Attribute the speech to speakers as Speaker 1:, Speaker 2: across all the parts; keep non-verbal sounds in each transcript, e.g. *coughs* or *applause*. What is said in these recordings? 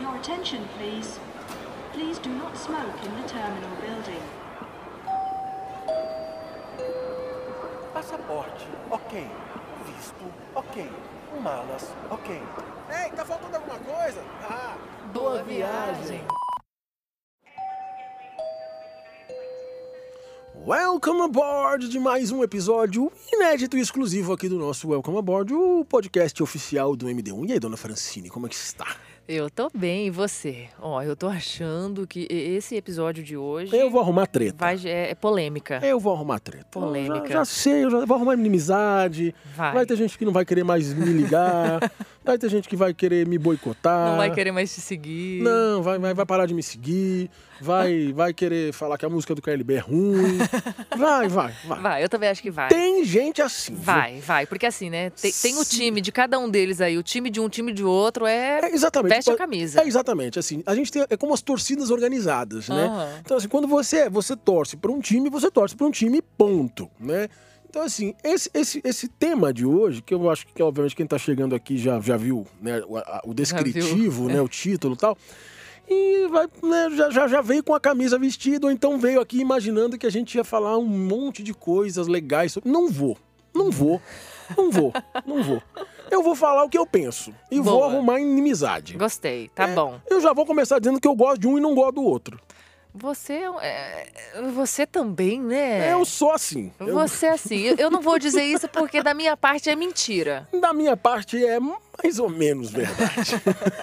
Speaker 1: Your attention, please. Please do not smoke in the terminal building.
Speaker 2: Passaporte, ok. Visto, ok. Malas, ok.
Speaker 3: Ei, tá faltando alguma coisa? Ah,
Speaker 4: Boa viagem!
Speaker 2: Welcome aboard de mais um episódio inédito e exclusivo aqui do nosso Welcome Aboard, o podcast oficial do MD1. E aí, dona Francine, como é que está?
Speaker 4: Eu tô bem, e você? Ó, eu tô achando que e- esse episódio de hoje
Speaker 2: Eu vou arrumar treta.
Speaker 4: vai, é, é polêmica.
Speaker 2: Eu vou arrumar treta.
Speaker 4: Polêmica.
Speaker 2: Já, já sei, eu já vou arrumar inimizade.
Speaker 4: Vai.
Speaker 2: Vai ter gente que não vai querer mais me
Speaker 4: *laughs*
Speaker 2: ligar. vai ter gente que vai querer me boicotar.
Speaker 4: Não vai querer mais te seguir.
Speaker 2: Ah. Não, vai, vai, vai parar de me seguir.
Speaker 4: *laughs*
Speaker 2: Vai, vai querer falar que a música do KLB é ruim. Vai, vai, vai.
Speaker 4: Vai, eu também acho que vai.
Speaker 2: Tem gente assim. viu?
Speaker 4: Vai, vai. Porque assim, né? Tem, tem o
Speaker 2: Se-
Speaker 4: time de cada um deles aí. O time de um, o time de outro é.
Speaker 2: É, exatamente.
Speaker 4: Veste a
Speaker 2: Pa-
Speaker 4: camisa.
Speaker 2: É, exatamente. Assim, a gente tem. É como as torcidas organizadas, né?
Speaker 4: Aham.
Speaker 2: Então, assim, quando você, você torce para um time, você torce para um time, ponto, né? Então, assim, esse, esse, esse tema de hoje, que eu acho que, obviamente, quem tá chegando aqui já, já viu né, o, a- o descritivo,
Speaker 4: *laughs*
Speaker 2: né? O título e tal. E vai, né, já, já, já veio com a camisa vestida, ou então veio aqui imaginando que a gente ia falar um monte de coisas legais. sobre- Não vou, não vou, não vou, não vou. Eu vou falar o que eu penso e vou
Speaker 4: Boa.
Speaker 2: arrumar inimizade.
Speaker 4: Gostei, tá
Speaker 2: É,
Speaker 4: bom.
Speaker 2: Eu já vou começar dizendo que eu gosto de um e não gosto do outro.
Speaker 4: Você é um- é- é- Você também, né?
Speaker 2: Eu sou assim. Eu-
Speaker 4: Você é assim. Eu- Eu não vou dizer isso porque da minha parte é mentira.
Speaker 2: da minha parte, é mais ou menos verdade. *laughs*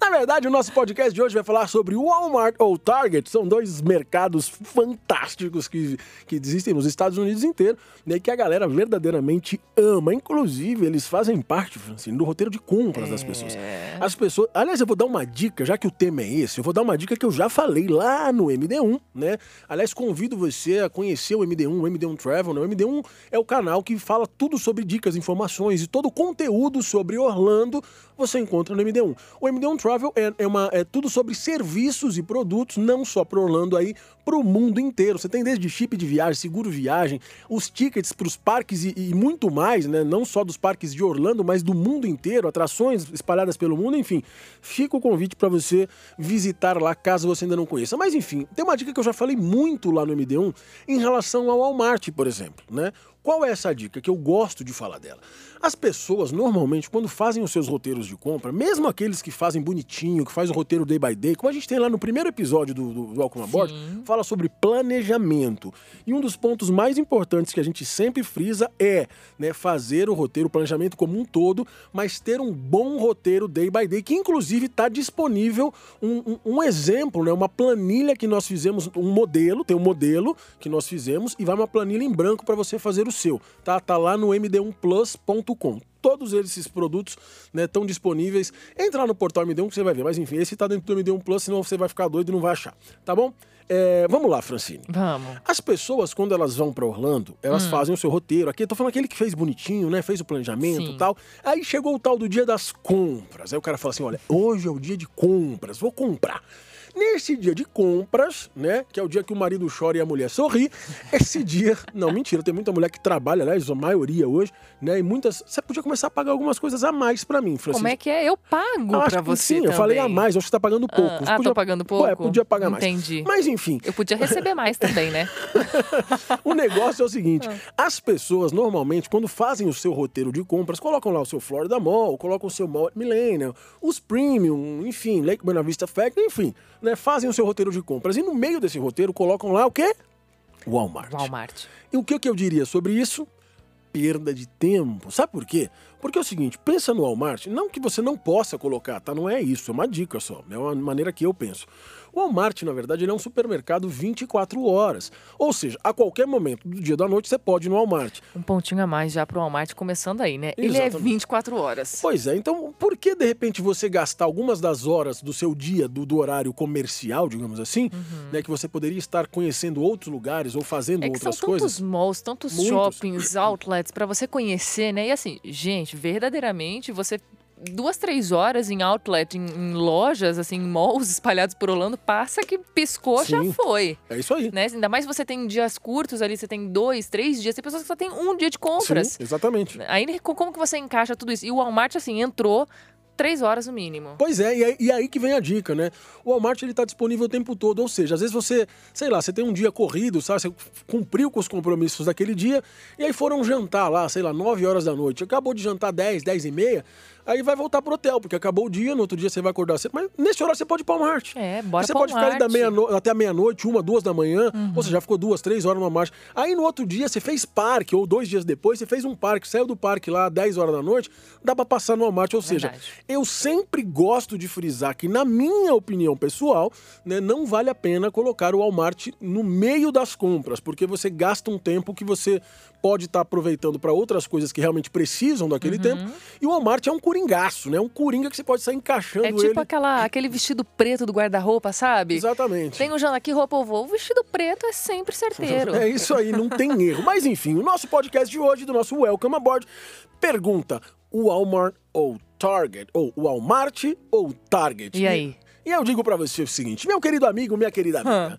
Speaker 2: Na verdade, o nosso podcast de hoje vai falar sobre Walmart ou Target. São dois mercados fantásticos que, que existem nos Estados Unidos inteiro né, que a galera verdadeiramente ama. Inclusive, eles fazem parte, Francine, do roteiro de compras das pessoas. As pessoas. Aliás, eu vou dar uma dica, já que o tema é esse, eu vou dar uma dica que eu já falei lá no MD1, né? Aliás, convido você a conhecer o MD1, o MD1 Travel, né? O MD1 é o canal que fala tudo sobre dicas, informações e todo o conteúdo sobre Orlando você encontra no MD1. O MD1 Travel é, é uma, é tudo sobre serviços e produtos, não só para Orlando aí, para o mundo inteiro. Você tem desde chip de viagem, seguro viagem, os tickets para os parques e, e muito mais, né? Não só dos parques de Orlando, mas do mundo inteiro, atrações espalhadas pelo mundo, enfim. Fica o convite para você visitar lá, caso você ainda não conheça. Mas enfim, tem uma dica que eu já falei muito lá no MD1 em relação ao Walmart, por exemplo, né? Qual é essa dica que eu gosto de falar dela? As pessoas normalmente quando fazem os seus roteiros de compra, mesmo aqueles que fazem bonitinho, que faz o roteiro day by day, como a gente tem lá no primeiro episódio do, do, do Welcome Aboard, fala sobre planejamento. E um dos pontos mais importantes que a gente sempre frisa é, né, fazer o roteiro, o planejamento como um todo, mas ter um bom roteiro day by day, que inclusive está disponível um, um- um exemplo, né, uma planilha que nós fizemos, um modelo, tem um modelo que nós fizemos e vai uma planilha em branco para você fazer o seu, tá? Tá lá no md1plus.com. Todos eles, esses produtos né, estão disponíveis. Entra lá no portal MD1 que você vai ver. Mas enfim, esse tá dentro do MD1 Plus, senão você vai ficar doido e não vai achar. Tá bom? É, vamos lá, Francine.
Speaker 4: Vamos.
Speaker 2: As pessoas, quando elas vão pra Orlando, elas
Speaker 4: Hum.
Speaker 2: fazem o seu roteiro. Aqui eu tô falando aquele que fez bonitinho, né? Fez o planejamento
Speaker 4: Sim.
Speaker 2: e tal. Aí chegou o tal do dia das compras. Aí o cara fala assim: olha, hoje é o dia de compras, vou comprar. Nesse dia de compras, né? Que é o dia que o marido chora e a mulher sorri. Esse dia. Não, mentira, tem muita mulher que trabalha, aliás, a maioria hoje, né? E muitas. Você podia começar a pagar algumas coisas a mais pra mim, Francisco.
Speaker 4: Como é que é? Eu pago
Speaker 2: Eu acho
Speaker 4: pra
Speaker 2: que
Speaker 4: você.
Speaker 2: Sim, eu falei a
Speaker 4: também.
Speaker 2: mais, acho que você tá pagando pouco. Você
Speaker 4: ah, tô pagando
Speaker 2: É,
Speaker 4: pouco?
Speaker 2: podia pagar mais.
Speaker 4: Entendi.
Speaker 2: Mas enfim,
Speaker 4: Eu podia receber mais também,
Speaker 2: *laughs*
Speaker 4: né?
Speaker 2: o negócio é o seguinte: as pessoas normalmente, quando fazem o seu roteiro de compras, colocam lá o seu Florida Mall, colocam o seu Mall at Millennium, os Premium, enfim, Lake Buena Vista Factory, enfim, né? Fazem o seu roteiro de compras. E no meio desse roteiro colocam lá o quê? Walmart.
Speaker 4: Walmart.
Speaker 2: E o que, que eu diria sobre isso? Perda de tempo. Sabe por quê? Porque é o seguinte, pensa no Walmart, não que você não possa colocar, tá? Não é isso, é uma dica só, é uma maneira que eu penso. O Walmart, na verdade, ele é um supermercado 24 horas. Ou seja, a qualquer momento do dia ou da noite você pode ir no Walmart.
Speaker 4: Um pontinho a mais já pro Walmart, começando aí, né? Ele é
Speaker 2: Exatamente.
Speaker 4: 24 horas.
Speaker 2: Pois é, então por que de repente você gastar algumas das horas do seu dia, do, do horário comercial, digamos assim, né, que você poderia estar conhecendo outros lugares ou fazendo
Speaker 4: Uhum. É que são
Speaker 2: outras
Speaker 4: tantos
Speaker 2: coisas?
Speaker 4: malls, tantos
Speaker 2: Muitos.
Speaker 4: shoppings, outlets pra você conhecer, né? E assim, gente, verdadeiramente, você duas, três horas em outlet, em, em lojas, assim, em malls *laughs* espalhados por Orlando, passa que piscou,
Speaker 2: Sim.
Speaker 4: já foi,
Speaker 2: É isso aí.
Speaker 4: né? Ainda mais se você tem dias curtos ali, você tem dois, três dias, tem pessoas que só tem um dia de compras. né,
Speaker 2: Sim, exatamente.
Speaker 4: Aí co- como que você encaixa tudo isso? E o Walmart, assim, entrou, três horas no mínimo.
Speaker 2: Pois é, e aí, e aí que vem a dica, né? O Walmart ele tá disponível o tempo todo, ou seja, às vezes você, sei lá, você tem um dia corrido, sabe? Você cumpriu com os compromissos daquele dia, e aí foram jantar lá, sei lá, 9 horas da noite. Acabou de jantar 10, 10 e meia, aí vai voltar pro hotel, porque acabou o dia, no outro dia você vai acordar cedo. Mas nesse horário você pode ir pro Walmart.
Speaker 4: É, bora
Speaker 2: Você
Speaker 4: pro
Speaker 2: pode ficar ali da
Speaker 4: Walmart.
Speaker 2: meia no- até a meia-noite, uma, duas da manhã,
Speaker 4: Uhum.
Speaker 2: ou você já ficou duas, três horas numa marcha. Aí no outro dia você fez parque, ou dois dias depois, você fez um parque, saiu do parque lá 10 horas da noite, dá pra passar no Walmart, ou seja,
Speaker 4: Verdade.
Speaker 2: eu sempre gosto de frisar que, na minha opinião pessoal, né, não vale a pena colocar o Walmart no meio das compras, porque você gasta um tempo que você pode estar aproveitando para outras coisas que realmente precisam daquele
Speaker 4: Uhum.
Speaker 2: tempo. E o Walmart é um coringaço, né? Um coringa que você pode sair encaixando
Speaker 4: É tipo
Speaker 2: ele.
Speaker 4: aquela, aquele vestido preto do guarda-roupa, sabe?
Speaker 2: Exatamente.
Speaker 4: Tem o Jana aqui, roupa eu vou. O vestido preto é sempre
Speaker 2: *laughs*
Speaker 4: certeiro.
Speaker 2: É isso aí, não tem
Speaker 4: *laughs*
Speaker 2: erro. Mas enfim, o nosso podcast de hoje, do nosso Welcome Aboard, pergunta: o Walmart ou Target? Ou o Walmart ou Target?
Speaker 4: E aí?
Speaker 2: E eu digo pra você o seguinte, meu querido amigo, minha querida amiga.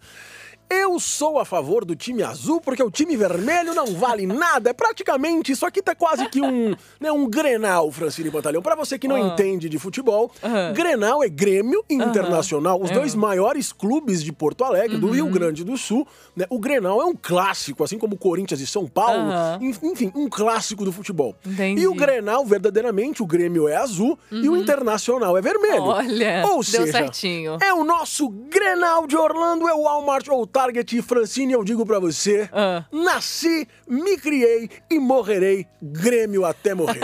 Speaker 2: Eu sou a favor do time azul porque o time vermelho não vale nada. É praticamente isso aqui tá quase que
Speaker 4: *laughs*
Speaker 2: um, né, um Grenal, Francine Batalhão. Pra você que não entende de futebol, Grenal é Grêmio e Internacional, os dois maiores clubes de Porto Alegre, do
Speaker 4: Uhum.
Speaker 2: Rio Grande do Sul. né? O Grenal é um clássico, assim como o Corinthians e São Paulo.
Speaker 4: Aham.
Speaker 2: Enf- Enfim, um clássico do futebol.
Speaker 4: Entendi. Uhum.
Speaker 2: E o Grenal, verdadeiramente, o Grêmio é azul e o Internacional é vermelho vermelho.
Speaker 4: Olha,
Speaker 2: Ou
Speaker 4: deu
Speaker 2: seja,
Speaker 4: certinho.
Speaker 2: É o nosso Grenal de Orlando, é o Walmart ou o Target. E Francine, eu digo pra você:
Speaker 4: Ah.
Speaker 2: nasci, me criei e morrerei Grêmio até
Speaker 4: *laughs*
Speaker 2: morrer.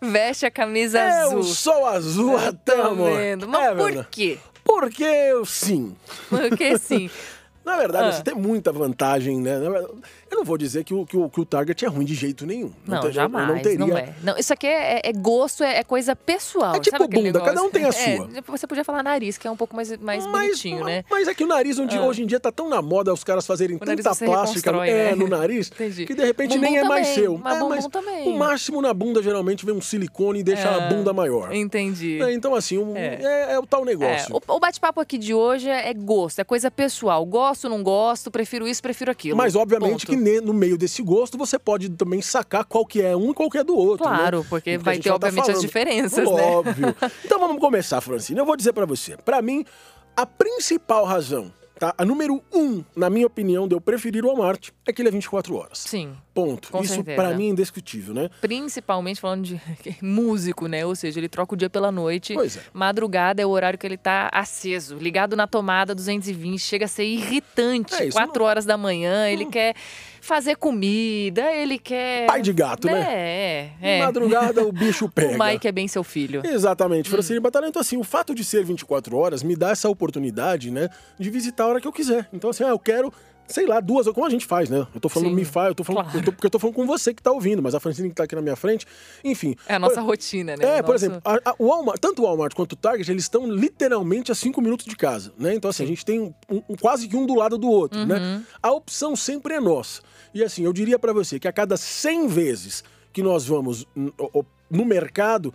Speaker 4: Veste a camisa
Speaker 2: Eu
Speaker 4: Tá azul.
Speaker 2: sou azul até
Speaker 4: Tá
Speaker 2: morrer.
Speaker 4: vendo? Mas
Speaker 2: É
Speaker 4: por
Speaker 2: verdade.
Speaker 4: quê?
Speaker 2: Porque eu sim.
Speaker 4: Porque sim.
Speaker 2: Na verdade,
Speaker 4: Ah.
Speaker 2: você tem muita vantagem, né? Na verdade, Eu não vou dizer que o, que o, que o Target é ruim de jeito nenhum.
Speaker 4: Não,
Speaker 2: tem- eu
Speaker 4: jamais.
Speaker 2: *laughs* não teria
Speaker 4: é. Não, isso aqui é, é- é gosto, é, é coisa pessoal.
Speaker 2: É tipo
Speaker 4: sabe aquele
Speaker 2: bunda,
Speaker 4: negócio?
Speaker 2: cada um tem a
Speaker 4: É,
Speaker 2: sua.
Speaker 4: você podia falar nariz, que é um pouco mais, mais bonitinho,
Speaker 2: ma-
Speaker 4: né?
Speaker 2: Mas é que o nariz, onde hoje em dia tá tão na moda os caras fazerem
Speaker 4: nariz
Speaker 2: tanta
Speaker 4: você
Speaker 2: plástica
Speaker 4: reconstrói,
Speaker 2: é,
Speaker 4: né?
Speaker 2: no nariz,
Speaker 4: Entendi.
Speaker 2: que de repente
Speaker 4: Bumbum
Speaker 2: nem é mais
Speaker 4: também,
Speaker 2: seu.
Speaker 4: mas
Speaker 2: é,
Speaker 4: bumbum também. É,
Speaker 2: O máximo na bunda geralmente vem um silicone e deixa a bunda maior.
Speaker 4: Entendi.
Speaker 2: É, então, assim, um-
Speaker 4: É.
Speaker 2: é. é o tal
Speaker 4: É,
Speaker 2: negócio.
Speaker 4: o, o bate-papo aqui de hoje é é gosto, é coisa pessoal. Gosto, não gosto, prefiro isso, prefiro aquilo.
Speaker 2: Mas, obviamente,
Speaker 4: Ponto.
Speaker 2: que né? ne- no meio desse gosto, você pode também sacar qual que é um e qual que é do outro. né?
Speaker 4: Claro, porque
Speaker 2: a
Speaker 4: vai
Speaker 2: gente
Speaker 4: ter,
Speaker 2: já
Speaker 4: obviamente, as
Speaker 2: falando.
Speaker 4: diferenças, né?
Speaker 2: Óbvio. Então, vamos começar, Francine. Eu vou dizer pra você. Pra mim, a principal razão, tá? A número um, na minha opinião, de eu preferir o Walmart é que ele é 24 horas.
Speaker 4: Sim.
Speaker 2: Ponto.
Speaker 4: Com
Speaker 2: Isso,
Speaker 4: certeza.
Speaker 2: pra mim, é indiscutível, né?
Speaker 4: Principalmente falando de *laughs* músico, né? Ou seja, ele troca o dia pela noite.
Speaker 2: Pois é.
Speaker 4: Madrugada é o horário que ele tá aceso, ligado na tomada 220. Chega a ser irritante.
Speaker 2: É, isso
Speaker 4: Quatro horas da manhã, ele quer fazer comida, ele quer.
Speaker 2: Pai de gato, né?
Speaker 4: É, é. é.
Speaker 2: Madrugada, o bicho
Speaker 4: *laughs*
Speaker 2: pega.
Speaker 4: O Mike é bem seu filho.
Speaker 2: Exatamente,
Speaker 4: Hum.
Speaker 2: Francine Batalha. Então, assim, o fato de ser 24 horas me dá essa oportunidade, né, de visitar a hora que eu quiser. Então, assim, ah, eu quero, sei lá, duas, como a gente faz, né? Eu tô falando
Speaker 4: Sim,
Speaker 2: me faz, eu tô falando,
Speaker 4: claro.
Speaker 2: eu tô- porque eu tô falando com você que tá ouvindo, mas a Francine que tá aqui na minha frente, enfim.
Speaker 4: É a nossa rotina, né?
Speaker 2: É,
Speaker 4: O
Speaker 2: por
Speaker 4: nosso-
Speaker 2: exemplo, a- a- o Walmart, tanto o Walmart quanto o Target, eles estão literalmente a cinco minutos de casa, né? Então, assim, a gente tem um, um- quase que um do lado do outro,
Speaker 4: Uhum.
Speaker 2: né? A opção sempre é nossa. E assim, eu diria pra você que a cada 100 vezes que nós vamos n- o- o- no mercado,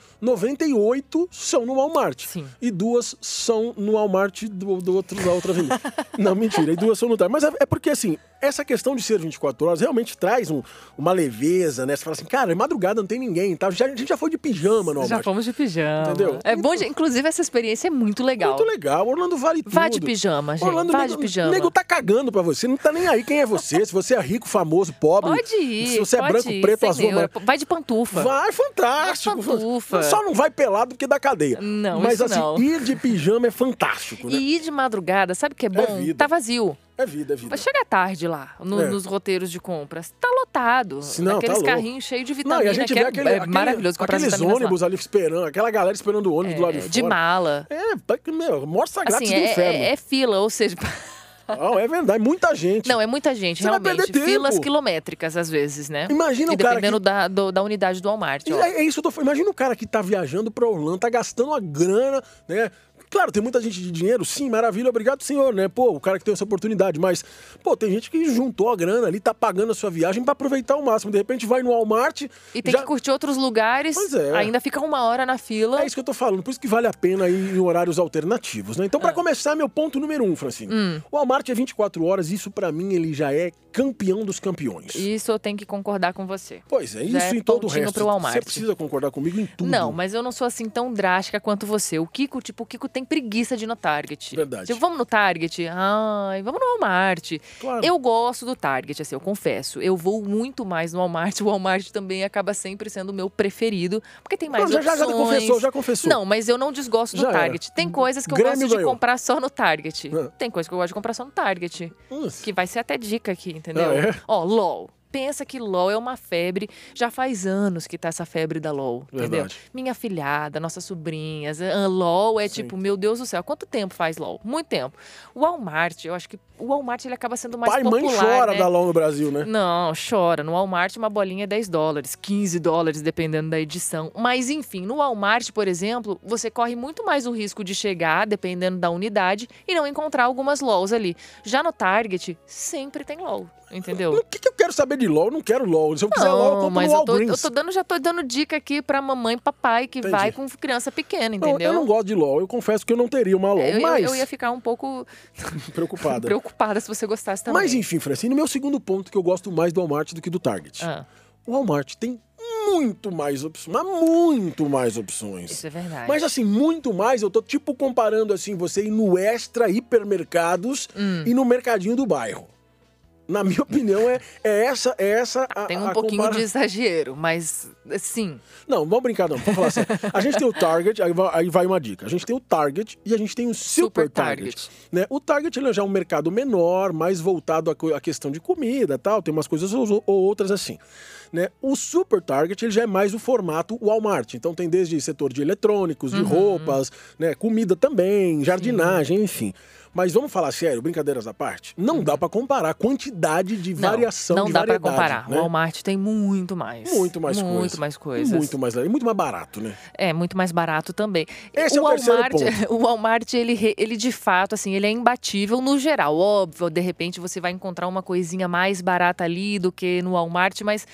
Speaker 2: 98 são no Walmart.
Speaker 4: Sim.
Speaker 2: E duas são no Walmart do, do outro, da outra
Speaker 4: *laughs*
Speaker 2: avenida. Não, mentira, e duas são no Target. Mas é, é porque, assim, essa questão de ser 24 horas realmente traz um- uma leveza, né? Você fala assim, cara, é madrugada, não tem ninguém e tal. Já- a gente já foi de pijama no Walmart.
Speaker 4: Já fomos de pijama.
Speaker 2: Entendeu?
Speaker 4: É bom, de- inclusive, essa experiência é muito legal.
Speaker 2: Muito legal, Orlando vale tudo.
Speaker 4: Vá de pijama, gente.
Speaker 2: Orlando,
Speaker 4: Vá
Speaker 2: nego,
Speaker 4: de pijama.
Speaker 2: O nego tá cagando pra você, não tá nem aí quem é você, se você é rico, famoso, pobre.
Speaker 4: Pode ir.
Speaker 2: Se você é
Speaker 4: pode
Speaker 2: branco,
Speaker 4: ir,
Speaker 2: preto,
Speaker 4: sem
Speaker 2: azul,
Speaker 4: neura.
Speaker 2: amarelo.
Speaker 4: Vai de pantufa.
Speaker 2: Vai, fantástico.
Speaker 4: Uma pantufa.
Speaker 2: Só não vai pelado porque dá cadeia.
Speaker 4: Não,
Speaker 2: Mas
Speaker 4: isso
Speaker 2: assim,
Speaker 4: não.
Speaker 2: ir de pijama é fantástico, né?
Speaker 4: E ir de madrugada, sabe o que é bom?
Speaker 2: vida.
Speaker 4: tá vazio.
Speaker 2: É vida, é vida.
Speaker 4: Chega tarde lá, no-
Speaker 2: É.
Speaker 4: nos roteiros de compras. Tá lotado.
Speaker 2: Se não, tá
Speaker 4: Aqueles
Speaker 2: louco.
Speaker 4: carrinhos cheios de vitamina.
Speaker 2: não, e a gente
Speaker 4: que
Speaker 2: vê
Speaker 4: é,
Speaker 2: aquele,
Speaker 4: é
Speaker 2: aquele-
Speaker 4: maravilhoso comprar as
Speaker 2: aqueles
Speaker 4: vitaminas lá.
Speaker 2: ônibus ali esperando, aquela galera esperando o ônibus do lado de
Speaker 4: É,
Speaker 2: fora.
Speaker 4: de mala.
Speaker 2: É, pa- que, meu, mostra grátis
Speaker 4: Assim,
Speaker 2: do
Speaker 4: é-
Speaker 2: inferno.
Speaker 4: é, é fila, ou seja, *laughs*
Speaker 2: Não, é verdade, muita gente.
Speaker 4: não, é muita gente,
Speaker 2: Você vai
Speaker 4: realmente.
Speaker 2: perder tempo.
Speaker 4: Filas quilométricas, às vezes, né?
Speaker 2: Imagina
Speaker 4: e
Speaker 2: o cara
Speaker 4: dependendo da, do- da unidade do Walmart.
Speaker 2: E
Speaker 4: ó.
Speaker 2: é, é isso que eu tô falando. Imagina o cara que tá viajando pra Orlando, tá gastando uma grana, né? Claro, tem muita gente de dinheiro, sim, maravilha, obrigado, senhor, né? Pô, o cara que tem essa oportunidade, mas, pô, tem gente que juntou a grana ali, tá pagando a sua viagem pra aproveitar ao máximo. De repente vai no Walmart.
Speaker 4: E tem
Speaker 2: já-
Speaker 4: que curtir outros lugares,
Speaker 2: Pois é.
Speaker 4: ainda fica uma hora na fila.
Speaker 2: É isso que eu tô
Speaker 4: É. Hum.
Speaker 2: falando, por isso que vale a pena ir em horários alternativos, né? Então, pra começar, meu ponto número um, Francine. O Walmart Walmart é 24 horas, isso pra mim ele já é campeão dos campeões.
Speaker 4: Isso eu tenho que concordar com você.
Speaker 2: Pois é,
Speaker 4: Já
Speaker 2: isso
Speaker 4: é
Speaker 2: em todo o
Speaker 4: pontinho
Speaker 2: resto.
Speaker 4: pro Walmart.
Speaker 2: Você precisa concordar comigo em tudo.
Speaker 4: Não, mas eu não sou assim tão drástica quanto você. O Kiko, tipo, o Kiko tem preguiça de ir no Target.
Speaker 2: Verdade.
Speaker 4: Tipo, vamos no Target? Ai, vamos no Walmart.
Speaker 2: Claro.
Speaker 4: Eu gosto do Target, assim, eu confesso. Eu vou muito mais no Walmart. *laughs* O Walmart também acaba sempre sendo o meu preferido, porque tem mais
Speaker 2: Não, já, já,
Speaker 4: opções.
Speaker 2: já confessou, já confessou.
Speaker 4: Não, mas eu não desgosto do
Speaker 2: Já era.
Speaker 4: Target. Tem coisas que eu
Speaker 2: Grêmio
Speaker 4: gosto de
Speaker 2: ganhou.
Speaker 4: comprar só no Target.
Speaker 2: Ah.
Speaker 4: Tem coisa que eu gosto de comprar só no Target.
Speaker 2: Hum,
Speaker 4: Que vai ser até dica aqui, entendeu?
Speaker 2: Ah, é?
Speaker 4: Ó, LOL. Pensa que LOL é uma febre. Já faz anos que tá essa febre da LOL, entendeu?
Speaker 2: Verdade.
Speaker 4: Minha filhada, nossas sobrinhas. ah, LOL é
Speaker 2: Sim.
Speaker 4: tipo, meu Deus do céu, quanto tempo faz LOL? Muito tempo. O Walmart, eu acho que o Walmart ele acaba sendo mais
Speaker 2: Pai e mãe
Speaker 4: popular,
Speaker 2: chora
Speaker 4: né?
Speaker 2: da LOL no Brasil, né?
Speaker 4: Não, chora. No Walmart, uma bolinha é 10 dólares, 15 dólares, dependendo da edição. Mas, enfim, no Walmart, por exemplo, você corre muito mais o risco de chegar, dependendo da unidade, e não encontrar algumas LOLs ali. Já no Target, sempre tem LOL, entendeu?
Speaker 2: *laughs* O que, que eu quero saber de LOL? Eu não quero LOL. Se eu quiser LOL, eu compro
Speaker 4: mas
Speaker 2: no
Speaker 4: eu, tô, eu
Speaker 2: Walgreens.
Speaker 4: tô dando, já tô dando dica aqui pra mamãe e papai que
Speaker 2: Entendi.
Speaker 4: vai com criança pequena,
Speaker 2: Não,
Speaker 4: entendeu?
Speaker 2: eu
Speaker 4: É,
Speaker 2: não gosto de LOL. Eu confesso que eu não teria uma LOL,
Speaker 4: Eu- eu-
Speaker 2: mas...
Speaker 4: eu ia ficar um pouco
Speaker 2: *laughs* Preocupada.
Speaker 4: preocupada se você gostasse também.
Speaker 2: Mas enfim, Francine, meu segundo ponto que eu gosto mais do Walmart do que do Target.
Speaker 4: Ah,
Speaker 2: O Walmart tem muito mais opções, mas muito mais opções.
Speaker 4: isso é verdade.
Speaker 2: Mas assim, muito mais, eu tô tipo comparando assim, você ir no Extra Hipermercados
Speaker 4: Hum.
Speaker 2: e no Mercadinho do Bairro. Na minha *laughs* opinião, é, é essa, é essa a,
Speaker 4: Tem um
Speaker 2: a
Speaker 4: pouquinho
Speaker 2: compara-
Speaker 4: de exagero, mas sim.
Speaker 2: Não, vamos brincar não, vamos falar sério. A gente tem o Target, aí vai, aí vai uma dica. A gente tem o Target e a gente tem o Super,
Speaker 4: Super
Speaker 2: Target.
Speaker 4: Target.
Speaker 2: né? O Target ele é já um mercado menor, mais voltado à co- à questão de comida tal, tem umas coisas ou ou outras assim. Né? O Super Target ele já é mais o formato Walmart. Então tem desde setor de eletrônicos,
Speaker 4: Uhum.
Speaker 2: de roupas, né? comida também, jardinagem, enfim. Mas vamos falar sério, brincadeiras à parte. Não dá pra comparar a quantidade de
Speaker 4: Uhum. Não,
Speaker 2: variação
Speaker 4: não
Speaker 2: de
Speaker 4: dá pra
Speaker 2: variedade.
Speaker 4: comparar.
Speaker 2: né?
Speaker 4: O Walmart tem muito mais.
Speaker 2: Muito mais
Speaker 4: muito
Speaker 2: coisas.
Speaker 4: mais coisas.
Speaker 2: Muito mais, e muito mais barato, né?
Speaker 4: É, muito mais barato também.
Speaker 2: Esse é o terceiro
Speaker 4: Walmart, *laughs* o Walmart, ele, re- ele de fato, assim, ele é imbatível no geral. Óbvio, de repente você vai encontrar uma coisinha mais barata ali do que no Walmart, mas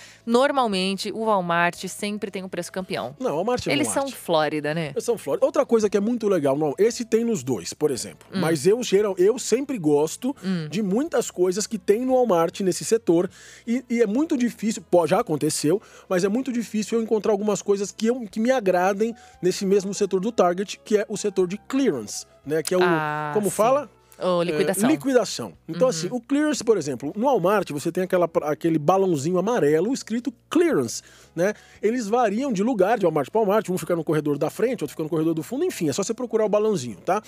Speaker 4: normalmente o Walmart sempre tem um preço campeão.
Speaker 2: Não, o Walmart é
Speaker 4: Eles
Speaker 2: Walmart.
Speaker 4: são Flórida, né?
Speaker 2: São Flórida. Outra coisa que é muito legal, não, esse tem nos dois, por exemplo.
Speaker 4: Hum.
Speaker 2: Mas eu geral, eu sempre gosto de muitas coisas que tem no Walmart nesse setor e, e é muito difícil, pô, já aconteceu, mas é muito difícil eu encontrar algumas coisas que, eu- que me agradem nesse mesmo setor do Target, que é o setor de clearance, né? Que é o
Speaker 4: Ah,
Speaker 2: como
Speaker 4: sim.
Speaker 2: fala?
Speaker 4: Ou liquidação. Uhum.
Speaker 2: É, liquidação. Então, assim, o clearance, por exemplo, no Walmart você tem aquela, aquele balãozinho amarelo escrito clearance, né? Eles variam de lugar, de Walmart para Walmart, um fica no corredor da frente, outro fica no corredor do fundo, enfim, é só você procurar o balãozinho, tá?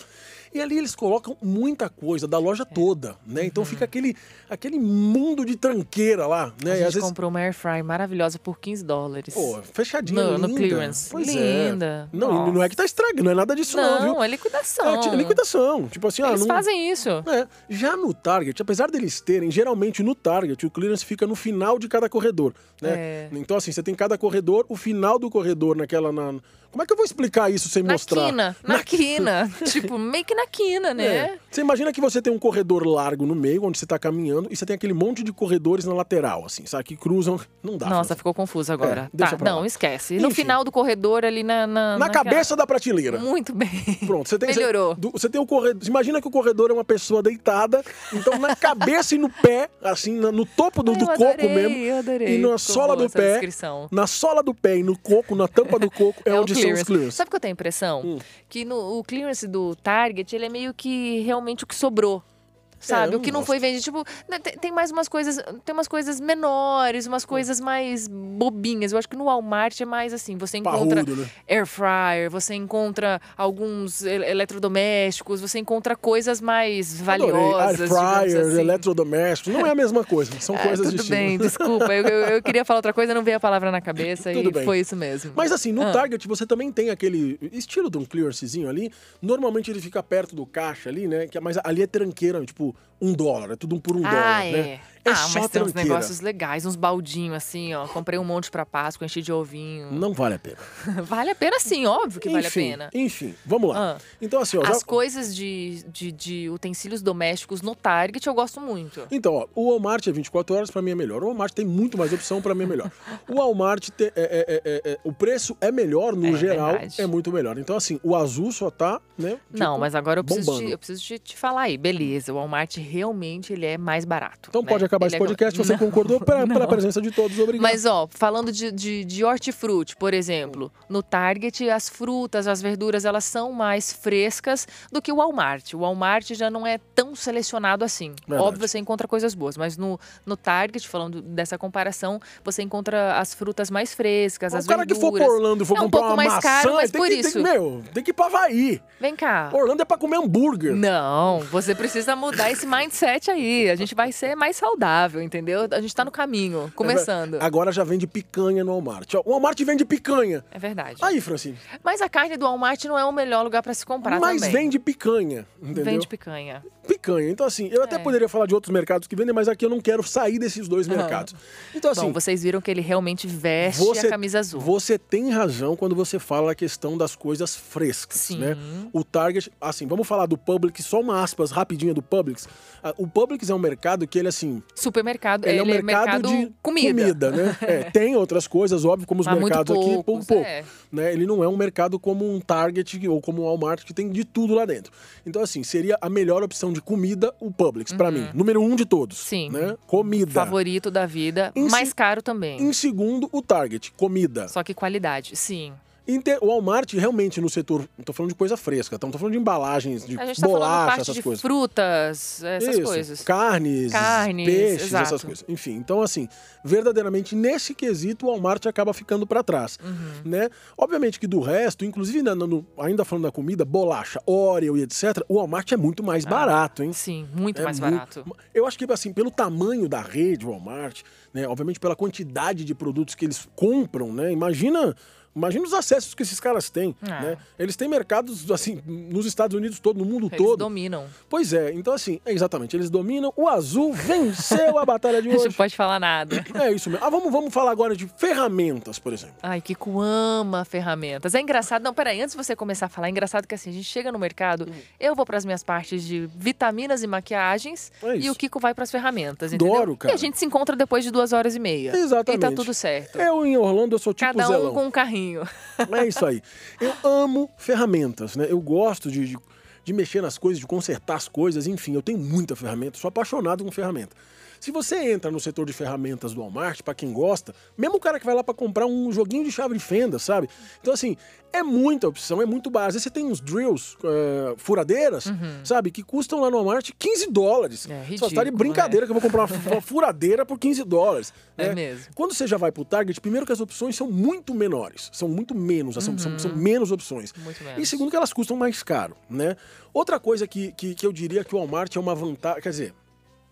Speaker 2: E ali eles colocam muita coisa da loja
Speaker 4: É.
Speaker 2: toda, né?
Speaker 4: Uhum.
Speaker 2: Então fica aquele, aquele mundo de tranqueira lá, né?
Speaker 4: A
Speaker 2: E
Speaker 4: gente
Speaker 2: às vezes-
Speaker 4: comprou uma air fry maravilhosa por 15 dólares.
Speaker 2: Pô, fechadinha,
Speaker 4: No- no
Speaker 2: linda.
Speaker 4: clearance.
Speaker 2: Pois
Speaker 4: Linda.
Speaker 2: É. Não, e não é que tá estragando, não é nada disso não, viu?
Speaker 4: não, é liquidação.
Speaker 2: É, tipo, liquidação. Tipo assim,
Speaker 4: Eles
Speaker 2: ah, não...
Speaker 4: fazem isso.
Speaker 2: É, já no Target, apesar deles terem, geralmente no Target, o clearance fica no final de cada corredor, né?
Speaker 4: É.
Speaker 2: Então, assim, você tem cada corredor, o final do corredor naquela... na- Como é que eu vou explicar isso sem
Speaker 4: Na
Speaker 2: mostrar?
Speaker 4: quina, na, quina. *laughs* tipo, meio que na quina, né?
Speaker 2: É. Você imagina que você tem um corredor largo no meio, onde você tá caminhando, e você tem aquele monte de corredores na lateral, assim, sabe? Que cruzam... Não dá.
Speaker 4: Nossa,
Speaker 2: Fran.
Speaker 4: ficou confuso agora.
Speaker 2: É, deixa
Speaker 4: tá,
Speaker 2: pra lá.
Speaker 4: não, esquece. No
Speaker 2: Enfim.
Speaker 4: final do corredor ali na. Na,
Speaker 2: Na
Speaker 4: naquela-
Speaker 2: cabeça da prateleira.
Speaker 4: Muito bem. *laughs*
Speaker 2: Pronto, você tem
Speaker 4: Melhorou.
Speaker 2: Você, do- você tem o corredor. Imagina que o corredor é uma pessoa deitada, então na cabeça e no pé, assim, na- no topo do,
Speaker 4: Ai,
Speaker 2: do
Speaker 4: eu
Speaker 2: coco
Speaker 4: adorei,
Speaker 2: mesmo.
Speaker 4: eu adorei.
Speaker 2: E na
Speaker 4: Ficou
Speaker 2: sola
Speaker 4: boa
Speaker 2: do
Speaker 4: essa
Speaker 2: pé.
Speaker 4: descrição.
Speaker 2: Na sola do pé e no coco, na tampa do coco, é,
Speaker 4: o
Speaker 2: onde são os Hum. clearance.
Speaker 4: Sabe o que eu tenho a impressão? Que no, o clearance do Target, ele é meio que realmente o que sobrou.
Speaker 2: eu
Speaker 4: Sabe?
Speaker 2: não
Speaker 4: o que não
Speaker 2: gosto.
Speaker 4: foi vendido. Tipo, né, tem, tem mais umas coisas. Tem umas coisas menores,
Speaker 2: Hum.
Speaker 4: umas coisas mais bobinhas. Eu acho que no Walmart é mais assim. Você encontra
Speaker 2: Parrudo, né?
Speaker 4: air fryer, você encontra alguns el- eletrodomésticos, você encontra coisas mais
Speaker 2: Adorei.
Speaker 4: valiosas.
Speaker 2: Air
Speaker 4: digamos
Speaker 2: fryers,
Speaker 4: assim.
Speaker 2: eletrodomésticos, não é a mesma coisa, são
Speaker 4: Ah,
Speaker 2: coisas
Speaker 4: tudo
Speaker 2: distintas.
Speaker 4: bem, desculpa. Eu, eu- eu queria falar outra coisa, não veio a palavra na cabeça
Speaker 2: *laughs* Tudo
Speaker 4: e
Speaker 2: bem.
Speaker 4: foi isso mesmo.
Speaker 2: Mas assim, no
Speaker 4: Ah.
Speaker 2: Target você também tem aquele estilo de um clearancezinho ali. Normalmente ele fica perto do caixa ali, né? Que é- Mas ali é tranqueira, tipo, um dólar, é tudo um por um
Speaker 4: Ah,
Speaker 2: dólar,
Speaker 4: é.
Speaker 2: né? É
Speaker 4: ah,
Speaker 2: só
Speaker 4: mas tem uns
Speaker 2: tranqueira.
Speaker 4: negócios legais, uns baldinhos assim, ó. Comprei um monte pra Páscoa, enchi de ovinho.
Speaker 2: Não vale a pena.
Speaker 4: *laughs* Vale a pena sim, óbvio que vale a
Speaker 2: Enfim,
Speaker 4: pena.
Speaker 2: Enfim, vamos lá.
Speaker 4: Ah.
Speaker 2: Então, assim, ó. já-
Speaker 4: As coisas de, de, de utensílios domésticos no Target eu gosto muito.
Speaker 2: Então, ó, o Walmart é 24 horas, pra mim é melhor. O Walmart tem muito mais opção, pra mim é melhor. O Walmart, te- é- é- é- é- é- o preço é melhor, no
Speaker 4: É
Speaker 2: geral,
Speaker 4: verdade.
Speaker 2: é muito melhor. Então, assim, o azul só tá, né?
Speaker 4: Não,
Speaker 2: tipo,
Speaker 4: mas agora eu preciso,
Speaker 2: bombando.
Speaker 4: te, eu preciso te, te falar aí. Beleza, o Walmart realmente ele é mais barato.
Speaker 2: Então
Speaker 4: né?
Speaker 2: pode acabar
Speaker 4: Ele
Speaker 2: esse
Speaker 4: é-
Speaker 2: podcast, você
Speaker 4: *laughs* Não,
Speaker 2: concordou pra-
Speaker 4: não.
Speaker 2: pela presença de todos, obrigado.
Speaker 4: Mas, ó, falando de, de, de hortifruti, por exemplo, no Target, as frutas, as verduras, elas são mais frescas do que o Walmart. O Walmart já não é tão selecionado assim.
Speaker 2: Verdade.
Speaker 4: Óbvio, você encontra coisas boas, mas no, no Target, falando dessa comparação, você encontra as frutas mais frescas, as
Speaker 2: o cara que
Speaker 4: verduras.
Speaker 2: for pra Orlando e for
Speaker 4: É um
Speaker 2: comprar
Speaker 4: pouco
Speaker 2: uma
Speaker 4: mais
Speaker 2: maçã,
Speaker 4: caro, mas
Speaker 2: tem
Speaker 4: por
Speaker 2: que,
Speaker 4: isso.
Speaker 2: Tem, meu, tem que ir pra Havaí.
Speaker 4: Vem cá.
Speaker 2: Orlando é pra comer hambúrguer.
Speaker 4: Não, você precisa mudar esse mindset aí. A gente vai ser mais saudável, entendeu? A gente tá no
Speaker 2: É
Speaker 4: caminho, começando.
Speaker 2: Agora já vende picanha no Walmart. Ó, O Walmart vende picanha.
Speaker 4: É verdade.
Speaker 2: Aí, Francine.
Speaker 4: Mas a carne do Walmart não é o melhor lugar pra se comprar
Speaker 2: mas
Speaker 4: também.
Speaker 2: vende picanha, entendeu?
Speaker 4: Vende picanha.
Speaker 2: picanha. Então, assim, eu até
Speaker 4: É.
Speaker 2: poderia falar de outros mercados que vendem, mas aqui eu não quero sair desses dois mercados. Então, assim.
Speaker 4: Bom, vocês viram que ele realmente veste a camisa azul.
Speaker 2: Você tem razão quando você fala a questão das coisas frescas,
Speaker 4: Sim.
Speaker 2: né? O Target, assim, vamos falar do Publix, só uma aspas rapidinha do Publix. Ah, O Publix é um mercado que ele, assim,
Speaker 4: Supermercado,
Speaker 2: ele, é um
Speaker 4: ele
Speaker 2: mercado, de comida,
Speaker 4: *laughs*
Speaker 2: né? É, tem outras coisas, óbvio, como os
Speaker 4: Mas muito
Speaker 2: mercados aqui, pouco
Speaker 4: poucos,
Speaker 2: pouco.
Speaker 4: é.
Speaker 2: Né? Ele não é um mercado como um Target ou como um Walmart que tem de tudo lá dentro. Então assim, seria a melhor opção de comida o Publix pra mim, número um de todos.
Speaker 4: Uhum. Sim.
Speaker 2: Né? Comida.
Speaker 4: Favorito da vida,
Speaker 2: Em
Speaker 4: mais
Speaker 2: se-
Speaker 4: caro também.
Speaker 2: Em segundo, o Target, comida.
Speaker 4: Só que qualidade, sim.
Speaker 2: Inte- O Walmart realmente no setor, não tô falando de coisa fresca, tá? não tô falando de embalagens, de
Speaker 4: A gente tá falando
Speaker 2: bolacha,
Speaker 4: parte
Speaker 2: essas
Speaker 4: de
Speaker 2: coisas.
Speaker 4: frutas, essas
Speaker 2: Isso,
Speaker 4: coisas.
Speaker 2: Carnes,
Speaker 4: Carnes,
Speaker 2: peixes,
Speaker 4: exato.
Speaker 2: essas coisas. Enfim, então assim, verdadeiramente nesse quesito o Walmart acaba ficando pra trás,
Speaker 4: Uhum.
Speaker 2: né? Obviamente que do resto, inclusive na- no- ainda falando da comida, bolacha, Oreo e etc, o Walmart é muito mais barato, hein?
Speaker 4: Ah, Sim, muito
Speaker 2: É
Speaker 4: mais
Speaker 2: muito-
Speaker 4: barato.
Speaker 2: Eu acho que, assim, pelo tamanho da rede Walmart, né? Obviamente pela quantidade de produtos que eles compram, né? Imagina... Imagina os acessos que esses caras têm,
Speaker 4: Ah.
Speaker 2: né? Eles têm mercados, assim, nos Estados Unidos todo, no mundo
Speaker 4: Eles
Speaker 2: todo.
Speaker 4: dominam.
Speaker 2: Pois é, então assim, é exatamente, eles dominam, o azul venceu a batalha
Speaker 4: *laughs*
Speaker 2: de
Speaker 4: A gente não
Speaker 2: hoje.
Speaker 4: pode
Speaker 2: *coughs*
Speaker 4: falar nada.
Speaker 2: É isso mesmo. Ah, vamos, vamos falar agora de ferramentas, por exemplo.
Speaker 4: Ai, Kiko ama ferramentas. É engraçado. Não, peraí, antes de você começar a falar, é engraçado que assim, a gente chega no mercado,
Speaker 2: Uhum.
Speaker 4: eu vou para as minhas partes de vitaminas e maquiagens
Speaker 2: É
Speaker 4: e
Speaker 2: isso.
Speaker 4: o Kiko vai para as ferramentas.
Speaker 2: Adoro,
Speaker 4: entendeu?
Speaker 2: cara.
Speaker 4: E a gente se encontra depois de duas horas e meia.
Speaker 2: Exatamente.
Speaker 4: E tá tudo certo.
Speaker 2: Eu em Orlando, eu sou tipo
Speaker 4: Cada um
Speaker 2: Zelão.
Speaker 4: com um carrinho. *laughs*
Speaker 2: É isso aí. Eu amo ferramentas, né? Eu gosto de, de, de mexer nas coisas, de consertar as coisas, enfim, eu tenho muita ferramenta, sou apaixonado com ferramenta. Se você entra no setor de ferramentas do Walmart, pra quem gosta, mesmo o cara que vai lá pra comprar um joguinho de chave de fenda, sabe? Então, assim, é muita opção, é muito básico. Às vezes você tem uns drills, eh, furadeiras, sabe? Que custam lá no Walmart 15 dólares.
Speaker 4: Uhum. É
Speaker 2: Só tá de
Speaker 4: ridículo,
Speaker 2: brincadeira que eu vou comprar uma, uma furadeira por 15 dólares.
Speaker 4: É
Speaker 2: né?
Speaker 4: mesmo.
Speaker 2: Quando você já vai pro Target, primeiro que as opções são muito menores, são muito menos, são, são, são menos opções.
Speaker 4: Uhum. Muito
Speaker 2: E
Speaker 4: menos.
Speaker 2: segundo que elas custam mais caro, né? Outra coisa que, que, que eu diria que o Walmart é uma vantagem, quer dizer,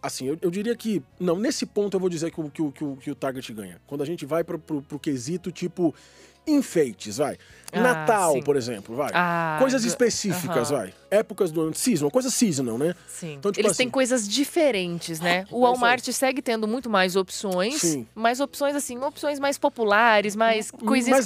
Speaker 2: assim, eu, eu diria que, não, nesse ponto eu vou dizer que o, que, o- que o, que o Target ganha. Quando a gente vai pro, pro, pro quesito, tipo, enfeites, vai.
Speaker 4: Ah,
Speaker 2: Natal,
Speaker 4: sim.
Speaker 2: por exemplo, vai.
Speaker 4: Ah,
Speaker 2: Coisas
Speaker 4: do-
Speaker 2: específicas,
Speaker 4: aham.
Speaker 2: vai. Épocas do ano, seasonal, coisa seasonal, né?
Speaker 4: Sim.
Speaker 2: Então, tipo
Speaker 4: Eles
Speaker 2: assim- É
Speaker 4: têm coisas
Speaker 2: *laughs*
Speaker 4: diferentes, né? O Walmart segue tendo muito mais opções,
Speaker 2: Sim.
Speaker 4: mais opções assim, opções mais populares, mais coisinhas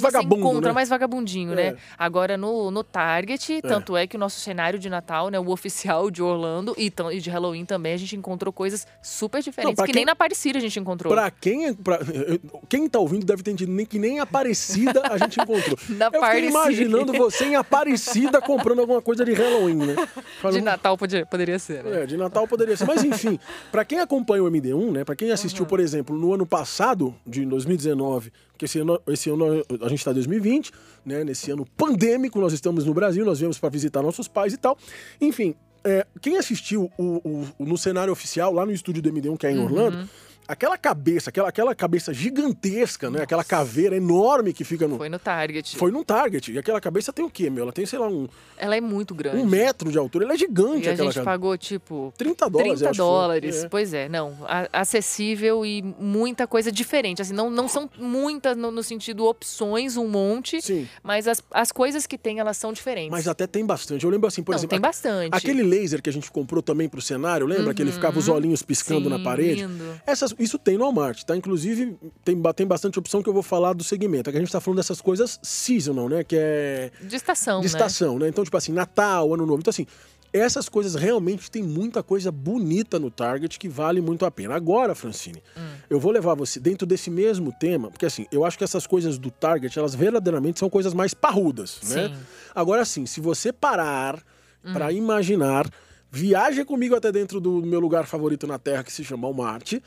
Speaker 2: mais
Speaker 4: que você
Speaker 2: vagabundo,
Speaker 4: encontra,
Speaker 2: né?
Speaker 4: mais vagabundinho,
Speaker 2: É.
Speaker 4: né? Agora no, no Target, tanto é que o nosso cenário de Natal, né, o oficial de Orlando e, tam- e de Halloween também, a gente encontrou coisas super diferentes,
Speaker 2: pra
Speaker 4: que
Speaker 2: quem-
Speaker 4: nem na Aparecida a gente encontrou.
Speaker 2: Pra quem, pra, *laughs* quem tá ouvindo deve ter entendido nem que nem Aparecida a gente encontrou.
Speaker 4: *laughs* Na
Speaker 2: Eu fiquei
Speaker 4: Aparecida.
Speaker 2: imaginando você em Aparecida comprando alguma coisa de Halloween, né?
Speaker 4: *laughs* De
Speaker 2: Falando-
Speaker 4: Natal podia- poderia ser, né?
Speaker 2: é, de Natal poderia ser. Mas
Speaker 4: *laughs*
Speaker 2: enfim, pra quem acompanha o MD1, né? Pra quem assistiu, por exemplo, no ano passado, de 2019, porque esse ano, esse ano a gente tá em 2020, né? Nesse ano pandêmico, nós estamos no Brasil, nós viemos pra visitar nossos pais e tal.
Speaker 4: Uhum.
Speaker 2: Enfim, é, quem assistiu o, o- o- no cenário oficial, lá no estúdio do MD1, que é em Orlando, Aquela cabeça, aquela, aquela cabeça gigantesca, né? Aquela caveira enorme que fica no. Foi,
Speaker 4: Foi no Target.
Speaker 2: num Target. E aquela cabeça tem o quê, meu? Ela tem, sei lá, um,
Speaker 4: Ela é muito grande.
Speaker 2: um metro de altura. Ela é gigante,
Speaker 4: E a
Speaker 2: aquela
Speaker 4: gente
Speaker 2: cabeça.
Speaker 4: pagou, tipo,
Speaker 2: 30 dólares.
Speaker 4: 30
Speaker 2: eu acho que foi.
Speaker 4: dólares.
Speaker 2: É.
Speaker 4: Pois é, não. a- acessível e muita coisa diferente. Assim, não, não são muitas no, no sentido opções, um monte,
Speaker 2: Sim.
Speaker 4: mas as, as coisas que tem, elas são diferentes.
Speaker 2: Mas até tem bastante. Eu lembro assim, por
Speaker 4: não,
Speaker 2: exemplo,
Speaker 4: tem bastante.
Speaker 2: Aquele laser que a gente comprou também pro cenário, lembra? Que ele ficava os olhinhos piscando na
Speaker 4: Uhum. Sim,
Speaker 2: parede.
Speaker 4: lindo.
Speaker 2: Essas, isso tem no Walmart, tá? Inclusive, tem, ba- tem bastante opção que eu vou falar do segmento. É que a gente tá falando dessas coisas seasonal, né? Que é
Speaker 4: De estação,
Speaker 2: de
Speaker 4: né?
Speaker 2: estação, né? Então, tipo assim, Natal, Ano Novo. Então, assim, essas coisas realmente tem muita coisa bonita no Target que vale muito a pena. Agora, Francine,
Speaker 4: Hum.
Speaker 2: eu vou levar você dentro desse mesmo tema, porque assim, eu acho que essas coisas do Target, elas verdadeiramente são coisas mais parrudas, né?
Speaker 4: Sim. Hum.
Speaker 2: Agora, assim, se você parar pra para imaginar. Viaje comigo até dentro do meu lugar favorito na Terra, que se chama Marte.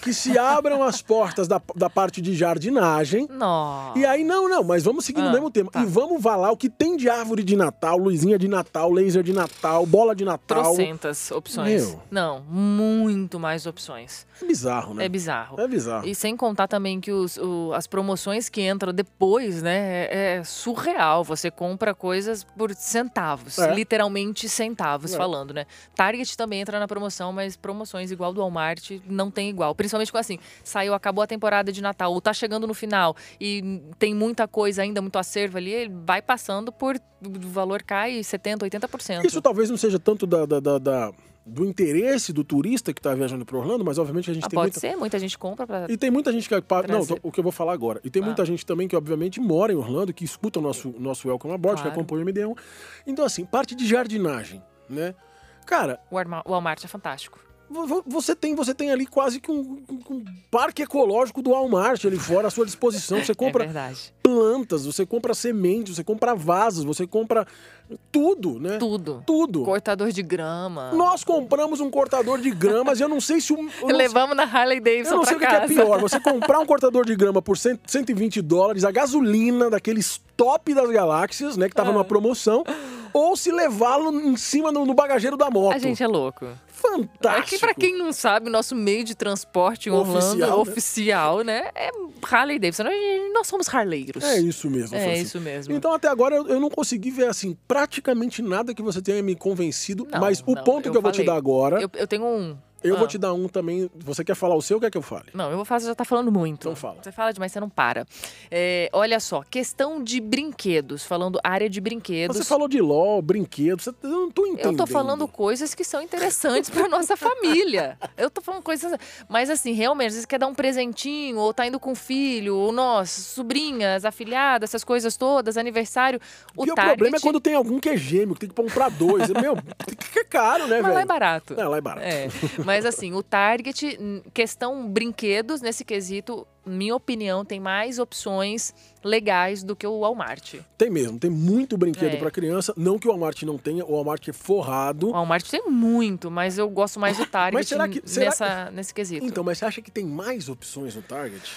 Speaker 2: que se abram as portas da, da parte de jardinagem.
Speaker 4: Nossa.
Speaker 2: E aí, não, não, mas vamos seguir no
Speaker 4: Ah,
Speaker 2: mesmo tema.
Speaker 4: tá.
Speaker 2: E vamos valar o que tem de árvore de Natal, luzinha de Natal, laser de Natal, bola de Natal.
Speaker 4: Trocentas opções.
Speaker 2: Meu.
Speaker 4: Não, muito mais opções.
Speaker 2: É bizarro, né?
Speaker 4: É bizarro.
Speaker 2: É bizarro.
Speaker 4: E sem contar também que os- o- as promoções que entram depois, né? É, é surreal. Você compra coisas por centavos.
Speaker 2: É.
Speaker 4: Literalmente centavos,
Speaker 2: É.
Speaker 4: falando, né? Target também entra na promoção, mas promoções igual do Walmart não tem igual. Principalmente com assim, saiu, acabou a temporada de Natal, ou tá chegando no final e tem muita coisa ainda, muito acervo ali, ele vai passando por. O valor cai 70%, 80%.
Speaker 2: Isso talvez não seja tanto da, da- da- da- do interesse do turista que tá viajando para Orlando, mas obviamente a gente
Speaker 4: Ah,
Speaker 2: tem
Speaker 4: pode
Speaker 2: muita.
Speaker 4: ser, muita gente compra pra.
Speaker 2: E tem muita gente que. é pa- Não, então,
Speaker 4: Trazer.
Speaker 2: o que eu vou falar agora. E tem muita gente também que, obviamente, mora em Orlando, que escuta o nosso, nosso Welcome Aboard,
Speaker 4: Claro.
Speaker 2: que acompanha o MD1. Então, assim, parte de jardinagem, né? Cara,
Speaker 4: O Walmart- o Walmart é fantástico.
Speaker 2: Vo- vo- Você tem, você tem ali quase que um, um- um parque ecológico do Walmart ali fora à sua disposição. Você
Speaker 4: *laughs* É
Speaker 2: compra
Speaker 4: verdade.
Speaker 2: plantas, você compra sementes, você compra vasos, você compra tudo, né?
Speaker 4: Tudo.
Speaker 2: Tudo.
Speaker 4: Cortador de grama.
Speaker 2: Nós compramos um cortador de gramas e eu não sei se o. eu não sei-
Speaker 4: Levamos na Harley
Speaker 2: eu
Speaker 4: Davidson
Speaker 2: não sei
Speaker 4: pra
Speaker 2: o que que é
Speaker 4: casa.
Speaker 2: pior, você comprar um cortador de grama por 100 120 dólares, a gasolina daqueles top das galáxias, né, que tava
Speaker 4: Ah.
Speaker 2: numa promoção, ou se levá-lo em cima no, no bagageiro da moto.
Speaker 4: A gente é louco.
Speaker 2: Fantástico.
Speaker 4: Aqui, pra quem não sabe, o nosso meio de transporte em
Speaker 2: Oficial,
Speaker 4: Orlando
Speaker 2: né?
Speaker 4: oficial, né? É Harley Davidson. Nós, nós somos harleiros.
Speaker 2: É isso mesmo,
Speaker 4: É
Speaker 2: Francisco.
Speaker 4: isso mesmo.
Speaker 2: Então até agora eu, eu não consegui ver assim praticamente nada que você tenha me convencido,
Speaker 4: Não,
Speaker 2: mas o
Speaker 4: não,
Speaker 2: ponto que eu vou te
Speaker 4: falei.
Speaker 2: dar agora, eu,
Speaker 4: Eu, eu tenho um.
Speaker 2: vou
Speaker 4: Ah.
Speaker 2: te dar um também. Você quer falar o seu, ou quer que eu fale?
Speaker 4: Não, eu vou falar, você já tá falando muito.
Speaker 2: Então fala.
Speaker 4: Você fala demais, você não para. É, olha só, questão de brinquedos. Falando área de brinquedos.
Speaker 2: Você falou de LOL, brinquedos, você- eu não tô
Speaker 4: Eu
Speaker 2: entendendo.
Speaker 4: tô falando coisas que são interessantes pra nossa família. Eu tô falando coisas. Mas assim, realmente, às vezes quer dar um presentinho, ou tá indo com o filho, ou nós, sobrinhas, afilhadas, essas coisas todas, aniversário. O
Speaker 2: Porque o
Speaker 4: Target
Speaker 2: problema é quando tem algum que é gêmeo, que tem que comprar dois. Meu, *laughs* que é caro, né,
Speaker 4: Mas
Speaker 2: velho?
Speaker 4: lá é barato.
Speaker 2: É, lá é barato.
Speaker 4: É, mas assim, o Target, n- questão brinquedos, nesse quesito, minha opinião, tem mais opções legais do que o Walmart.
Speaker 2: Tem mesmo, tem muito brinquedo
Speaker 4: É.
Speaker 2: pra criança. Não que o Walmart não tenha, o Walmart é forrado.
Speaker 4: O Walmart tem muito, mas eu gosto mais do Target
Speaker 2: será que- será
Speaker 4: nessa- nesse quesito.
Speaker 2: Então, mas você acha que tem mais opções no Target?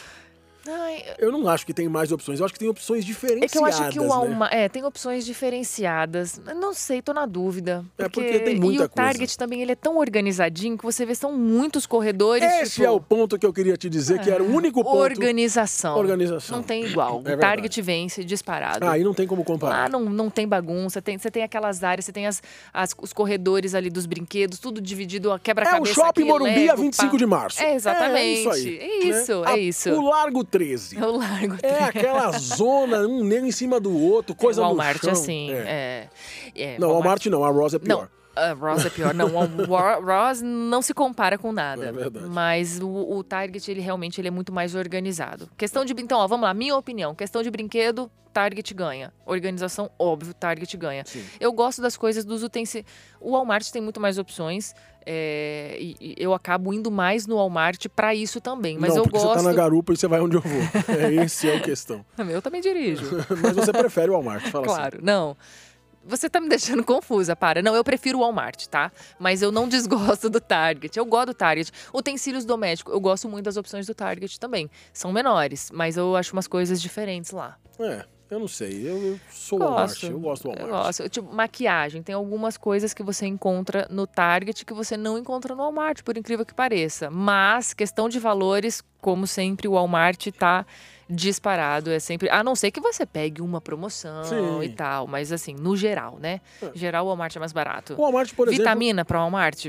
Speaker 4: Ai,
Speaker 2: Eu não acho que tem mais opções, eu acho que tem opções
Speaker 4: É
Speaker 2: diferenciadas.
Speaker 4: que eu acho que o
Speaker 2: né?
Speaker 4: Walmart. É, tem opções diferenciadas. Eu Não sei, tô na dúvida.
Speaker 2: É, porque tem muita
Speaker 4: E o Target também, ele é tão organizadinho que você vê, são muitos corredores.
Speaker 2: Esse
Speaker 4: tipo, É,
Speaker 2: é o ponto que eu queria te dizer, que era o único ponto.
Speaker 4: Organização.
Speaker 2: Organização.
Speaker 4: Não tem igual.
Speaker 2: É
Speaker 4: o Target vence disparado.
Speaker 2: Aí Ah, não tem como comparar.
Speaker 4: Lá não, não tem bagunça, tem, você tem aquelas áreas, você tem as, as- os corredores ali dos brinquedos, tudo dividido, a
Speaker 2: é
Speaker 4: quebra-cabeça.
Speaker 2: o Shopping
Speaker 4: aqui,
Speaker 2: Morumbi
Speaker 4: Lego,
Speaker 2: a 25
Speaker 4: pá.
Speaker 2: de março.
Speaker 4: É, exatamente.
Speaker 2: É isso aí.
Speaker 4: É isso,
Speaker 2: né?
Speaker 4: é
Speaker 2: A-
Speaker 4: isso.
Speaker 2: O Largo 13.
Speaker 4: Eu largo
Speaker 2: É
Speaker 4: *laughs*
Speaker 2: aquela zona, um nego em cima do outro, coisa
Speaker 4: o
Speaker 2: no
Speaker 4: É, Walmart,
Speaker 2: chão.
Speaker 4: assim. É. É,
Speaker 2: Não, o Walmart não, a Ross é
Speaker 4: Não,
Speaker 2: pior.
Speaker 4: a Ross é pior. Não, o Wa- Ross não se compara com nada.
Speaker 2: É verdade.
Speaker 4: Mas o, o Target, ele realmente ele é muito mais organizado. Questão de. Então, ó, vamos lá, minha opinião. Questão de brinquedo, Target ganha. Organização, óbvio, Target ganha.
Speaker 2: Sim.
Speaker 4: Eu gosto das coisas dos utensílios. O Walmart tem muito mais opções. é, e, e eu acabo indo mais no Walmart pra isso também. Mas
Speaker 2: não,
Speaker 4: eu
Speaker 2: porque você tá
Speaker 4: gosto.
Speaker 2: na garupa e você vai onde eu
Speaker 4: *laughs*
Speaker 2: vou. É, esse é a questão.
Speaker 4: Eu também dirijo.
Speaker 2: Mas você prefere o Walmart, *laughs* fala assim.
Speaker 4: Claro, não. Você tá me deixando *laughs* confusa, para. Não, eu prefiro o Walmart, tá? Mas eu não *laughs* desgosto do Target. Eu gosto do Target. Utensílios domésticos, eu gosto muito das opções do Target também. São menores, mas eu acho umas coisas diferentes lá.
Speaker 2: assim. É. Eu não sei, eu, eu sou
Speaker 4: Gosto.
Speaker 2: Walmart, eu gosto do
Speaker 4: Eu
Speaker 2: Walmart.
Speaker 4: gosto. Tipo, maquiagem. Tem algumas coisas que você encontra no Target que você não encontra no Walmart, por incrível que pareça. Mas, questão de valores, como sempre, o Walmart tá disparado. É sempre. A não ser que você pegue uma promoção
Speaker 2: Sim.
Speaker 4: e tal. Mas, assim, no geral, né? Geral, o Walmart é mais barato.
Speaker 2: O Walmart, por exemplo,
Speaker 4: Vitamina para Walmart?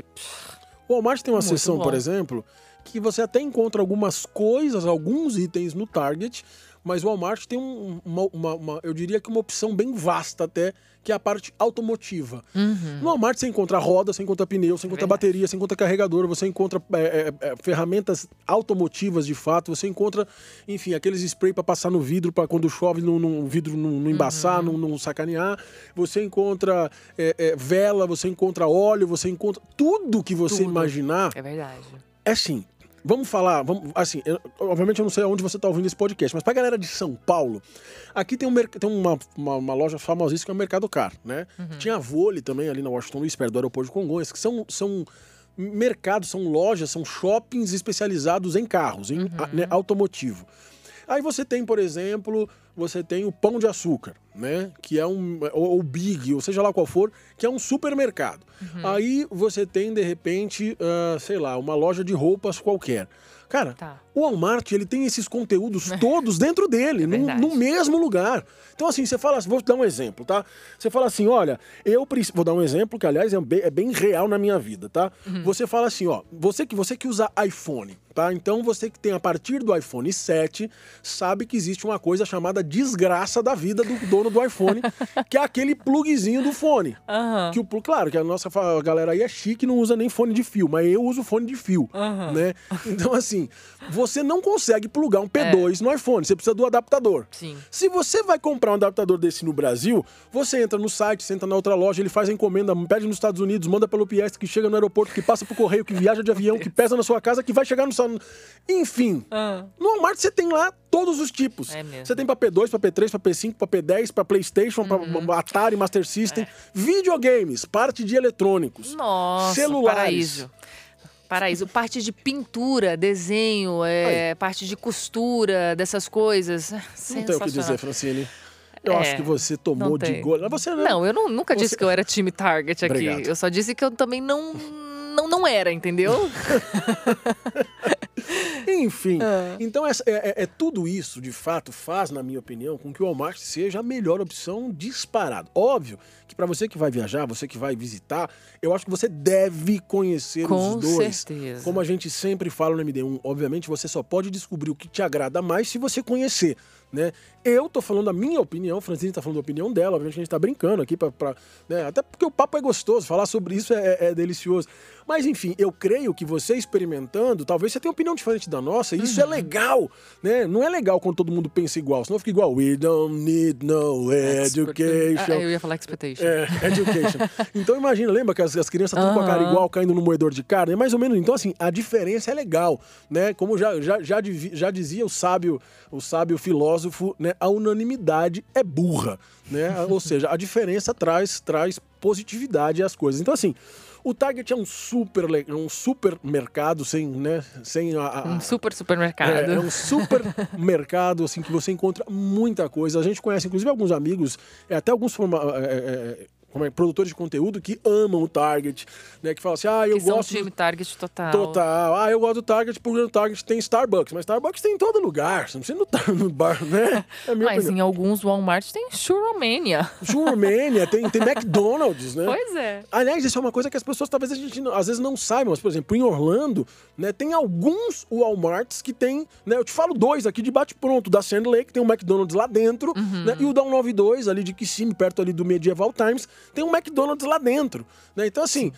Speaker 2: O Walmart tem uma
Speaker 4: Muito
Speaker 2: seção,
Speaker 4: bom.
Speaker 2: por exemplo, que você até encontra algumas coisas, alguns itens no Target, mas o Walmart tem um- uma, uma- uma- eu diria que uma opção bem vasta até, que é a parte automotiva. No Walmart você encontra roda, você encontra pneu, você encontra
Speaker 4: Uhum. Verdade.
Speaker 2: bateria, você encontra carregador, você encontra é, é, é, ferramentas automotivas de fato, você encontra, enfim, aqueles spray para passar no vidro, para quando chove não- não- o vidro não, não embaçar,
Speaker 4: Uhum.
Speaker 2: não, não sacanear. Você encontra é, é, vela, você encontra óleo, você encontra tudo que você
Speaker 4: Tudo.
Speaker 2: imaginar.
Speaker 4: É verdade.
Speaker 2: É assim, vamos falar, vamos, assim, eu- obviamente eu não sei aonde você está ouvindo esse podcast, mas pra galera de São Paulo, aqui tem, um, merc- tem uma, uma, uma loja famosíssima que é o Mercado Car, né? Tinha a Vole também ali na Washington Luiz, perto do aeroporto de Congonhas, que são, são mercados, são lojas, são shoppings especializados em carros, em a- né, automotivo. Aí você tem, por exemplo, você tem o Pão de Açúcar, né? Que é um. Ou, ou Big, ou seja lá qual for, que é um supermercado.
Speaker 4: Uhum.
Speaker 2: Aí você tem, de repente, ah, sei lá, uma loja de roupas qualquer. Cara,
Speaker 4: Tá.
Speaker 2: o Walmart, ele tem esses
Speaker 4: *laughs*
Speaker 2: conteúdos todos dentro dele, num-
Speaker 4: É verdade.
Speaker 2: num mesmo lugar. Então, assim, você fala assim, vou te dar um exemplo, tá? Você fala assim, olha, eu preciso. Vou dar um exemplo que, aliás, é bem, é bem real na minha vida, tá? Você fala assim, ó, você que, você que usa iPhone, tá? Então, você que tem a partir do iPhone 7, sabe que existe uma coisa chamada desgraça da vida do dono do iPhone, que é aquele plugzinho do fone.
Speaker 4: Aham.
Speaker 2: Que o, plu- claro, que a nossa fa- galera aí é chique e não usa nem fone de fio, mas eu uso fone de fio, né? Então, assim, você não consegue plugar um P2 no iPhone, você precisa do adaptador.
Speaker 4: Sim.
Speaker 2: Se você vai comprar um adaptador desse no Brasil, você entra no site, você entra na outra loja, ele faz a encomenda, pede nos Estados Unidos, manda pelo PS que chega no aeroporto, que passa pro correio, que viaja de avião, que pesa na sua casa, que vai chegar no salão. Enfim,
Speaker 4: Ah.
Speaker 2: no Walmart você tem lá todos os tipos.
Speaker 4: É mesmo.
Speaker 2: Você tem pra P2, pra P3, pra P5, pra P10, pra PlayStation,
Speaker 4: Uhum.
Speaker 2: pra Atari, Master System, videogames, parte de eletrônicos.
Speaker 4: É. Nossa,
Speaker 2: Celulares.
Speaker 4: paraíso. Paraíso. Parte de pintura, desenho, é, parte de costura, dessas coisas.
Speaker 2: Não tem o que dizer, Francine. Eu
Speaker 4: É,
Speaker 2: acho que você tomou
Speaker 4: não
Speaker 2: de
Speaker 4: tem.
Speaker 2: gol. Mas Você né? não.
Speaker 4: Não, eu não- nunca disse
Speaker 2: Você-
Speaker 4: que eu era time Target aqui.
Speaker 2: Obrigado.
Speaker 4: Eu só disse que eu também não não, não
Speaker 2: *laughs*
Speaker 4: era, entendeu?
Speaker 2: Enfim,
Speaker 4: Ah.
Speaker 2: então essa- é, é- é tudo isso, de fato, faz, na minha opinião, com que o Walmart seja a melhor opção disparado. Óbvio que para você que vai viajar, você que vai visitar, eu acho que você deve conhecer
Speaker 4: Com
Speaker 2: os dois.
Speaker 4: certeza.
Speaker 2: Como a gente sempre fala no MD1, obviamente você só pode descobrir o que te agrada mais se você conhecer, né? Eu tô falando a minha opinião, Francine tá falando a opinião dela, obviamente a gente tá brincando aqui pra, pra- né? até porque o papo é gostoso, falar sobre isso é, é- é delicioso. Mas enfim, eu creio que você experimentando, talvez você tenha uma opinião diferente da nossa, e isso
Speaker 4: Uhum.
Speaker 2: é legal, né? Não é legal quando todo mundo pensa igual, senão fica igual, we don't need no
Speaker 4: Ah,
Speaker 2: education.
Speaker 4: eu ia falar expectation.
Speaker 2: É, *laughs* education. então imagina, lembra que as, as crianças estão com a cara igual, caindo no moedor de carne? É mais ou menos. Então, assim, a diferença é legal, né? Como já, já, já, divi- já dizia o sábio, o sábio filósofo, né? A unanimidade é burra, né? Ou seja, a diferença traz, traz positividade às coisas. Então, assim, o Target é um super, le- um super mercado sem, né? Sem a- a,
Speaker 4: Um super
Speaker 2: é,
Speaker 4: supermercado.
Speaker 2: é um supermercado, assim, que você encontra muita coisa. A gente conhece, inclusive, alguns amigos, é, até alguns forma- é, é, é, como é, produtores de conteúdo que amam o Target, né? Que falam assim, ah, eu
Speaker 4: que são um
Speaker 2: gosto... do
Speaker 4: time Target total.
Speaker 2: Total. Ah, eu gosto do Target porque no Target tem Starbucks. Mas Starbucks tem em todo lugar. Você não precisa ir no, tar- no bar, né? É a minha
Speaker 4: Mas
Speaker 2: opinião.
Speaker 4: em alguns Walmart tem Churomania.
Speaker 2: Gourmania, tem, tem McDonald's, né?
Speaker 4: Pois é.
Speaker 2: Aliás, isso é uma coisa que as pessoas talvez a gente não- às vezes não saibam, mas, por exemplo, em Orlando, né, tem alguns Walmarts que tem, né, eu te falo dois aqui de bate-pronto, da Sand Lake, tem um McDonald's lá dentro,
Speaker 4: Uhum.
Speaker 2: né, e o da 192 ali de Kissimmee, perto ali do Medieval Times, tem um McDonald's lá dentro, né, então assim...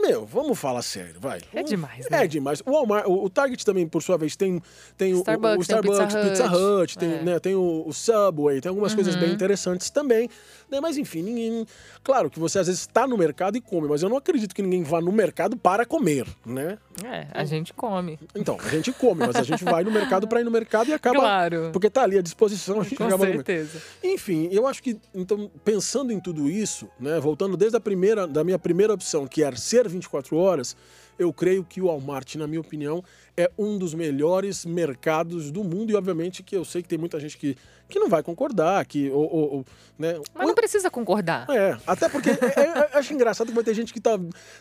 Speaker 2: Meu, vamos falar sério, vai.
Speaker 4: É
Speaker 2: O-
Speaker 4: demais, né?
Speaker 2: É demais. O, Walmart, o, o Target também, por sua vez, tem, tem o- o, o
Speaker 4: Starbucks, tem o Pizza
Speaker 2: Starbucks, Pizza
Speaker 4: Hut,
Speaker 2: Hut, tem,
Speaker 4: é. Uhum.
Speaker 2: né, né, Tem o, o Subway, tem algumas coisas bem interessantes também. né, Mas enfim, ninguém. Claro que você às vezes está no mercado e come, mas eu não acredito que ninguém vá no mercado para comer, né?
Speaker 4: É, a gente come.
Speaker 2: Então, a gente come, mas a gente vai no mercado para ir no mercado e acaba.
Speaker 4: Claro.
Speaker 2: Porque tá ali à disposição, a gente
Speaker 4: Com
Speaker 2: acaba comendo.
Speaker 4: certeza.
Speaker 2: Enfim, eu acho que, então, pensando em tudo isso, né, voltando desde a primeira, da minha primeira opção, que era ser 24 horas, eu creio que o Walmart, na minha opinião, é um dos melhores mercados do mundo e obviamente que eu sei que tem muita gente que, que não vai concordar, que ou, ou- ou, né?
Speaker 4: Mas não precisa concordar.
Speaker 2: É, até porque eu, eu- eu acho engraçado que vai ter gente que tá,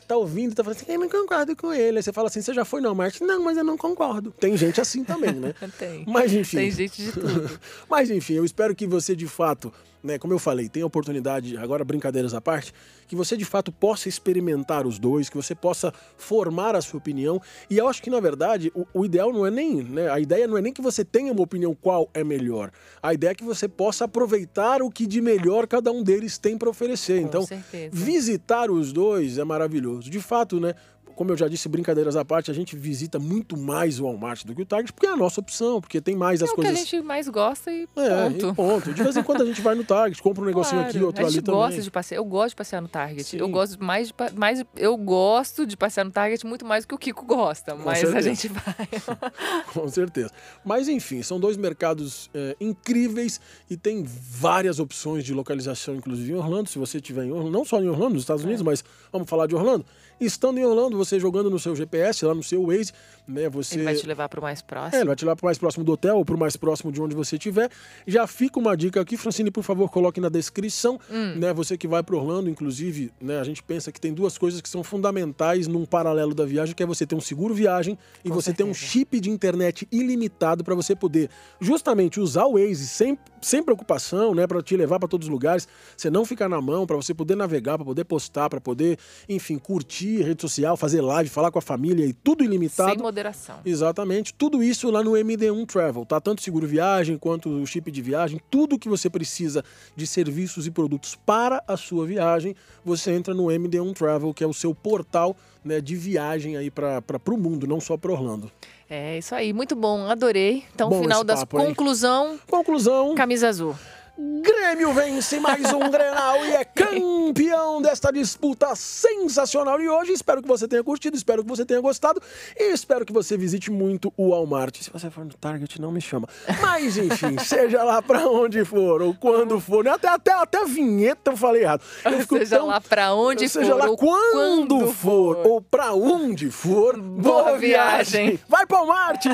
Speaker 2: tá ouvindo e tá falando assim, eu não concordo com ele. Aí você fala assim, você já foi não, Marte? Não, mas eu não concordo. Tem gente assim também, né?
Speaker 4: *laughs* Tem.
Speaker 2: Mas enfim.
Speaker 4: Tem gente de tudo.
Speaker 2: *laughs* Mas enfim, eu espero que você de fato, né, como eu falei, tenha a oportunidade, agora brincadeiras à parte, que você de fato possa experimentar os dois, que você possa formar a sua opinião. E eu acho que, na verdade, o, o ideal não é nem, né, a ideia não é nem que você tenha uma opinião qual é melhor. A ideia é que você possa aproveitar o que de melhor cada um deles tem para oferecer. então,
Speaker 4: certeza.
Speaker 2: visitar os dois é maravilhoso. De fato, né? Como eu já disse, brincadeiras à parte, a gente visita muito mais o Walmart do que o Target, porque é a nossa opção, porque tem mais
Speaker 4: É
Speaker 2: as
Speaker 4: o
Speaker 2: coisas.
Speaker 4: que a gente mais gosta e
Speaker 2: É,
Speaker 4: ponto.
Speaker 2: e ponto. De vez em quando a gente vai no Target, compra um negocinho
Speaker 4: Claro,
Speaker 2: aqui, outro
Speaker 4: a gente
Speaker 2: ali
Speaker 4: gosta
Speaker 2: também.
Speaker 4: de passear. Eu gosto de passear no Target. Eu
Speaker 2: Sim.
Speaker 4: gosto mais de pa- mais eu gosto de passear no Target muito mais do que o Kiko gosta, mas a
Speaker 2: certeza.
Speaker 4: gente vai. *laughs*
Speaker 2: Com certeza. Mas enfim, são dois mercados é, incríveis e tem várias opções de localização, inclusive em Orlando. Se você estiver em Orlando, não só em Orlando, nos
Speaker 4: É.
Speaker 2: Estados Unidos, mas vamos falar de Orlando. Estando em Orlando, você jogando no seu GPS, lá no seu Waze, né? Você.
Speaker 4: Ele vai te levar pro mais próximo.
Speaker 2: É, ele vai te levar para o mais próximo do hotel ou para o mais próximo de onde você estiver. Já fica uma dica aqui, Francine, por favor, coloque na descrição.
Speaker 4: Hum.
Speaker 2: Né, você que vai para Orlando, inclusive, né, a gente pensa que tem duas coisas que são fundamentais num paralelo da viagem, que é você ter um seguro viagem e
Speaker 4: Com
Speaker 2: você ter um
Speaker 4: certeza.
Speaker 2: chip de internet ilimitado para você poder justamente usar o Waze sem, sem preocupação, né, para te levar para todos os lugares, você não ficar na mão, para você poder navegar, para poder postar, para poder, enfim, curtir rede social, fazer live, falar com a família e tudo
Speaker 4: Sem
Speaker 2: ilimitado.
Speaker 4: moderação.
Speaker 2: Exatamente. Tudo isso lá no MD1 Travel, tá? Tanto seguro viagem quanto o chip de viagem, tudo que você precisa de serviços e produtos para a sua viagem, você entra no MD1 Travel, que é o seu portal né, de viagem aí para o mundo, não só para Orlando.
Speaker 4: É isso aí, muito bom, adorei. Então,
Speaker 2: Bom
Speaker 4: final
Speaker 2: esse
Speaker 4: das
Speaker 2: papo, hein?
Speaker 4: conclusão,
Speaker 2: Conclusão:
Speaker 4: camisa azul.
Speaker 2: Grêmio vence mais um Grenal e é campeão desta disputa sensacional de hoje. Espero que você tenha curtido, espero que você tenha gostado e espero que você visite muito o Walmart. Se você for no Target, não me chama. Mas
Speaker 4: *laughs*
Speaker 2: enfim, seja lá pra onde for ou quando for, né? até, até, até a vinheta eu falei errado. Eu fico
Speaker 4: Seja lá pra onde
Speaker 2: seja
Speaker 4: for,
Speaker 2: lá
Speaker 4: ou
Speaker 2: quando,
Speaker 4: quando
Speaker 2: for,
Speaker 4: for.
Speaker 2: ou pra onde for, boa,
Speaker 4: viagem. *laughs*
Speaker 2: Vai Palmarte!